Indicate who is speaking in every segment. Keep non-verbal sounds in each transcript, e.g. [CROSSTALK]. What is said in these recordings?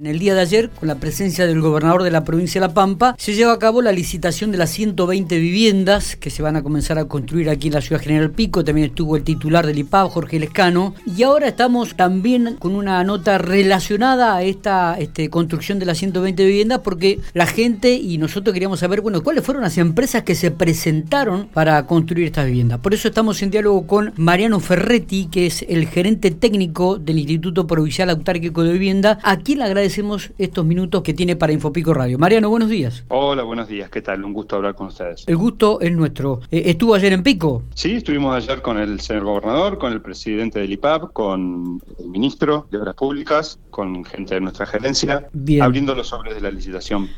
Speaker 1: En el día de ayer, con la presencia del gobernador de la provincia de La Pampa, se lleva a cabo la licitación de las 120 viviendas que se van a comenzar a construir aquí en la ciudad General Pico. También estuvo el titular del IPAB, Jorge Lescano. Y ahora estamos también con una nota relacionada a esta este, construcción de las 120 viviendas, porque la gente y nosotros queríamos saber, bueno, cuáles fueron las empresas que se presentaron para construir estas viviendas. Por eso estamos en diálogo con Mariano Ferretti, que es el gerente técnico del Instituto Provincial Autárquico de Vivienda, a quien agradecemos agradecemos estos minutos que tiene para Infopico Radio. Mariano, buenos días.
Speaker 2: Hola, buenos días. ¿Qué tal? Un gusto hablar con ustedes.
Speaker 1: El gusto es nuestro. Eh, ¿Estuvo ayer en Pico?
Speaker 2: Sí, estuvimos ayer con el señor gobernador, con el presidente del IPAP, con el ministro de Obras Públicas, con gente de nuestra gerencia, Bien. abriendo los sobres de la licitación.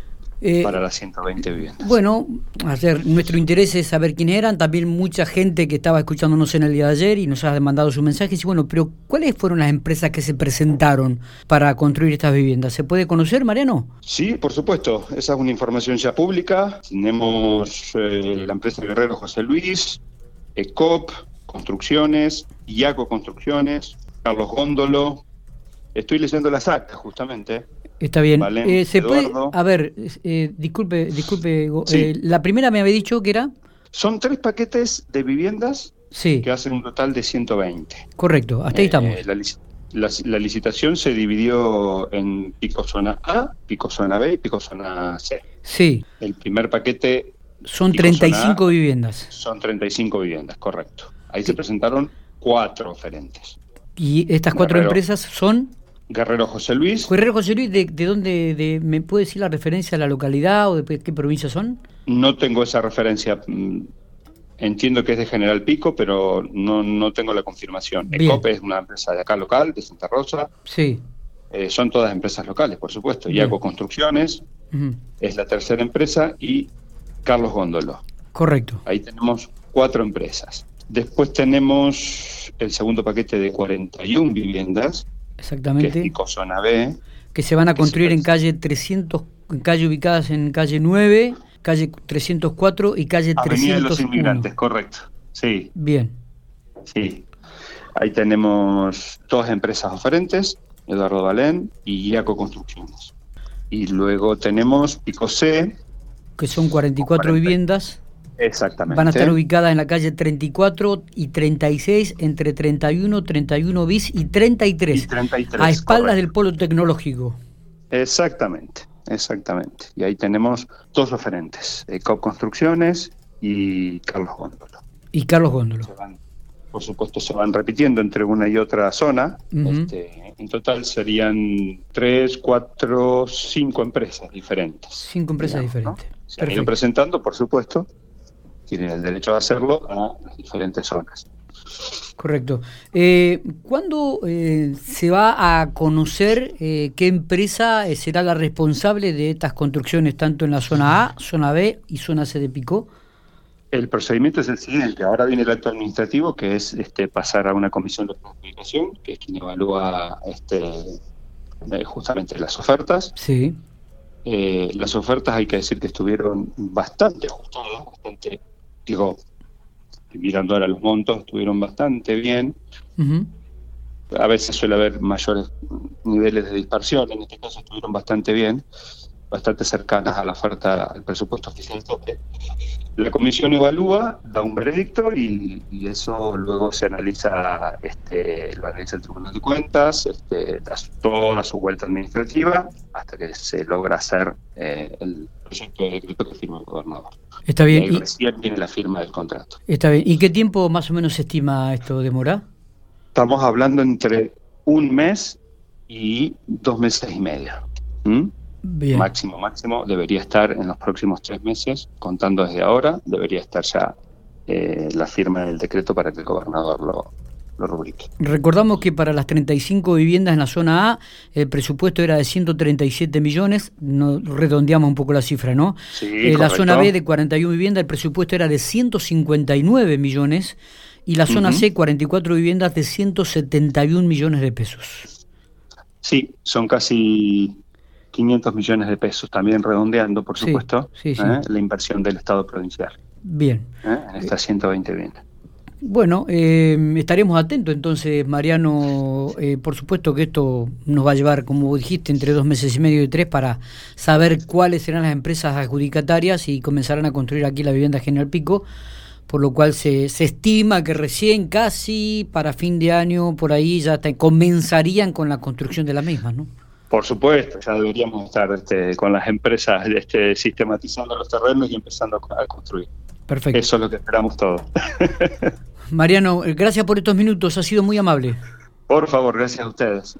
Speaker 2: Eh, para las 120 viviendas.
Speaker 1: Bueno, ayer nuestro interés es saber quién eran, también mucha gente que estaba escuchándonos en el día de ayer y nos ha demandado sus mensajes. Y bueno, pero ¿cuáles fueron las empresas que se presentaron para construir estas viviendas? ¿Se puede conocer, Mariano?
Speaker 2: Sí, por supuesto. Esa es una información ya pública. Tenemos eh, la empresa Guerrero José Luis, ECOP, Construcciones, IACO Construcciones, Carlos Góndolo. Estoy leyendo las actas, justamente.
Speaker 1: Está bien. Valente, eh, ¿se puede, a ver, eh, disculpe, disculpe. Sí. Eh, la primera me había dicho que era.
Speaker 2: Son tres paquetes de viviendas sí. que hacen un total de 120.
Speaker 1: Correcto, hasta ahí estamos.
Speaker 2: La, la, la, licitación se dividió en pico zona A, pico zona B y pico zona C.
Speaker 1: Sí.
Speaker 2: El primer paquete.
Speaker 1: Son 35 a, viviendas.
Speaker 2: Son 35 viviendas, correcto. Ahí sí. se presentaron cuatro oferentes.
Speaker 1: ¿Y estas cuatro Guerrero. empresas son?
Speaker 2: Guerrero José Luis.
Speaker 1: Guerrero José Luis, ¿de, de dónde de, me puede decir la referencia a la localidad o de qué provincia son?
Speaker 2: No tengo esa referencia. mm, Entiendo que es de General Pico, pero no, no tengo la confirmación. Bien. ECOP es una empresa de acá local, de Santa Rosa.
Speaker 1: Sí.
Speaker 2: Eh, son todas empresas locales, por supuesto. Iaco Construcciones uh -huh. es la tercera empresa y Carlos Góndolo.
Speaker 1: Correcto.
Speaker 2: Ahí tenemos cuatro empresas. Después tenemos el segundo paquete de 41 viviendas,
Speaker 1: Exactamente.
Speaker 2: Que es Pico Zona B.
Speaker 1: Que se van a construir en calle 300, en calle ubicadas en calle 9, calle 304 y calle
Speaker 2: Avenida 301. de los Inmigrantes, correcto. Sí.
Speaker 1: Bien.
Speaker 2: Sí. Ahí tenemos dos empresas oferentes, Eduardo Valén y Iaco Construcciones. Y luego tenemos Pico C.
Speaker 1: Que son 44 40. viviendas.
Speaker 2: Exactamente.
Speaker 1: Van a estar ubicadas en la calle 34 y 36, entre 31, 31 bis y 33.
Speaker 2: Y 33
Speaker 1: a espaldas correcto. del polo tecnológico.
Speaker 2: Exactamente, exactamente. Y ahí tenemos dos oferentes, ECOP Construcciones y Carlos Góndolo.
Speaker 1: Y Carlos Góndolo.
Speaker 2: Se van, por supuesto, se van repitiendo entre una y otra zona. Uh -huh. este, en total serían tres, cuatro, cinco empresas diferentes.
Speaker 1: Cinco empresas digamos, diferentes. ¿no?
Speaker 2: Se han ido presentando, por supuesto, tienen el derecho de hacerlo a las diferentes zonas.
Speaker 1: Correcto. Eh, ¿Cuándo eh, se va a conocer eh, qué empresa será la responsable de estas construcciones, tanto en la zona A, zona B y zona C de Pico?
Speaker 2: El procedimiento es el siguiente. Ahora viene el acto administrativo, que es este, pasar a una comisión de publicación, que es quien evalúa este, eh, justamente las ofertas. Eh,
Speaker 1: Sí.
Speaker 2: las ofertas hay que decir que estuvieron bastante ajustadas, bastante digo, mirando ahora los montos, estuvieron bastante bien. Uh -huh. A veces suele haber mayores niveles de dispersión, en este caso estuvieron bastante bien, bastante cercanas a la oferta, al presupuesto oficial tope. La comisión evalúa, da un veredicto y, y, eso luego se analiza, este, lo analiza el Tribunal de Cuentas, este, da toda su vuelta administrativa hasta que se logra hacer eh, el proyecto de decreto que firma el gobernador.
Speaker 1: Está bien. Y,
Speaker 2: y recién viene la firma del contrato.
Speaker 1: Está bien. ¿Y qué tiempo más o menos se estima esto demora?
Speaker 2: Estamos hablando entre un mes y dos meses y medio. ¿Mm? Bien. Máximo, máximo. Debería estar en los próximos tres meses, contando desde ahora, debería estar ya eh, la firma del decreto para que el gobernador lo, Rubrique.
Speaker 1: Recordamos que para las 35 viviendas en la zona A el presupuesto era de 137 millones, no, redondeamos un poco la cifra, ¿no?
Speaker 2: Sí,
Speaker 1: eh, la zona B de 41 viviendas el presupuesto era de 159 millones y la zona uh -huh. C 44 viviendas de 171 millones de pesos.
Speaker 2: Sí, son casi 500 millones de pesos, también redondeando, por supuesto,
Speaker 1: sí, sí,
Speaker 2: ¿eh? la inversión del Estado provincial.
Speaker 1: Bien.
Speaker 2: ¿eh? En estas 120 viviendas.
Speaker 1: Bueno, eh, estaremos atentos entonces, Mariano. Eh, por supuesto que esto nos va a llevar, como dijiste, entre dos meses y medio y tres para saber cuáles serán las empresas adjudicatarias y comenzarán a construir aquí la vivienda General Pico, por lo cual se, se estima que recién casi para fin de año, por ahí, ya te, comenzarían con la construcción de la misma, ¿no?
Speaker 2: Por supuesto, ya deberíamos estar este, con las empresas este, sistematizando los terrenos y empezando a construir.
Speaker 1: Perfecto. eh,
Speaker 2: Eso es lo que esperamos todos. [LAUGHS]
Speaker 1: Mariano, gracias por estos minutos, ha sido muy amable.
Speaker 2: Por favor, gracias a ustedes.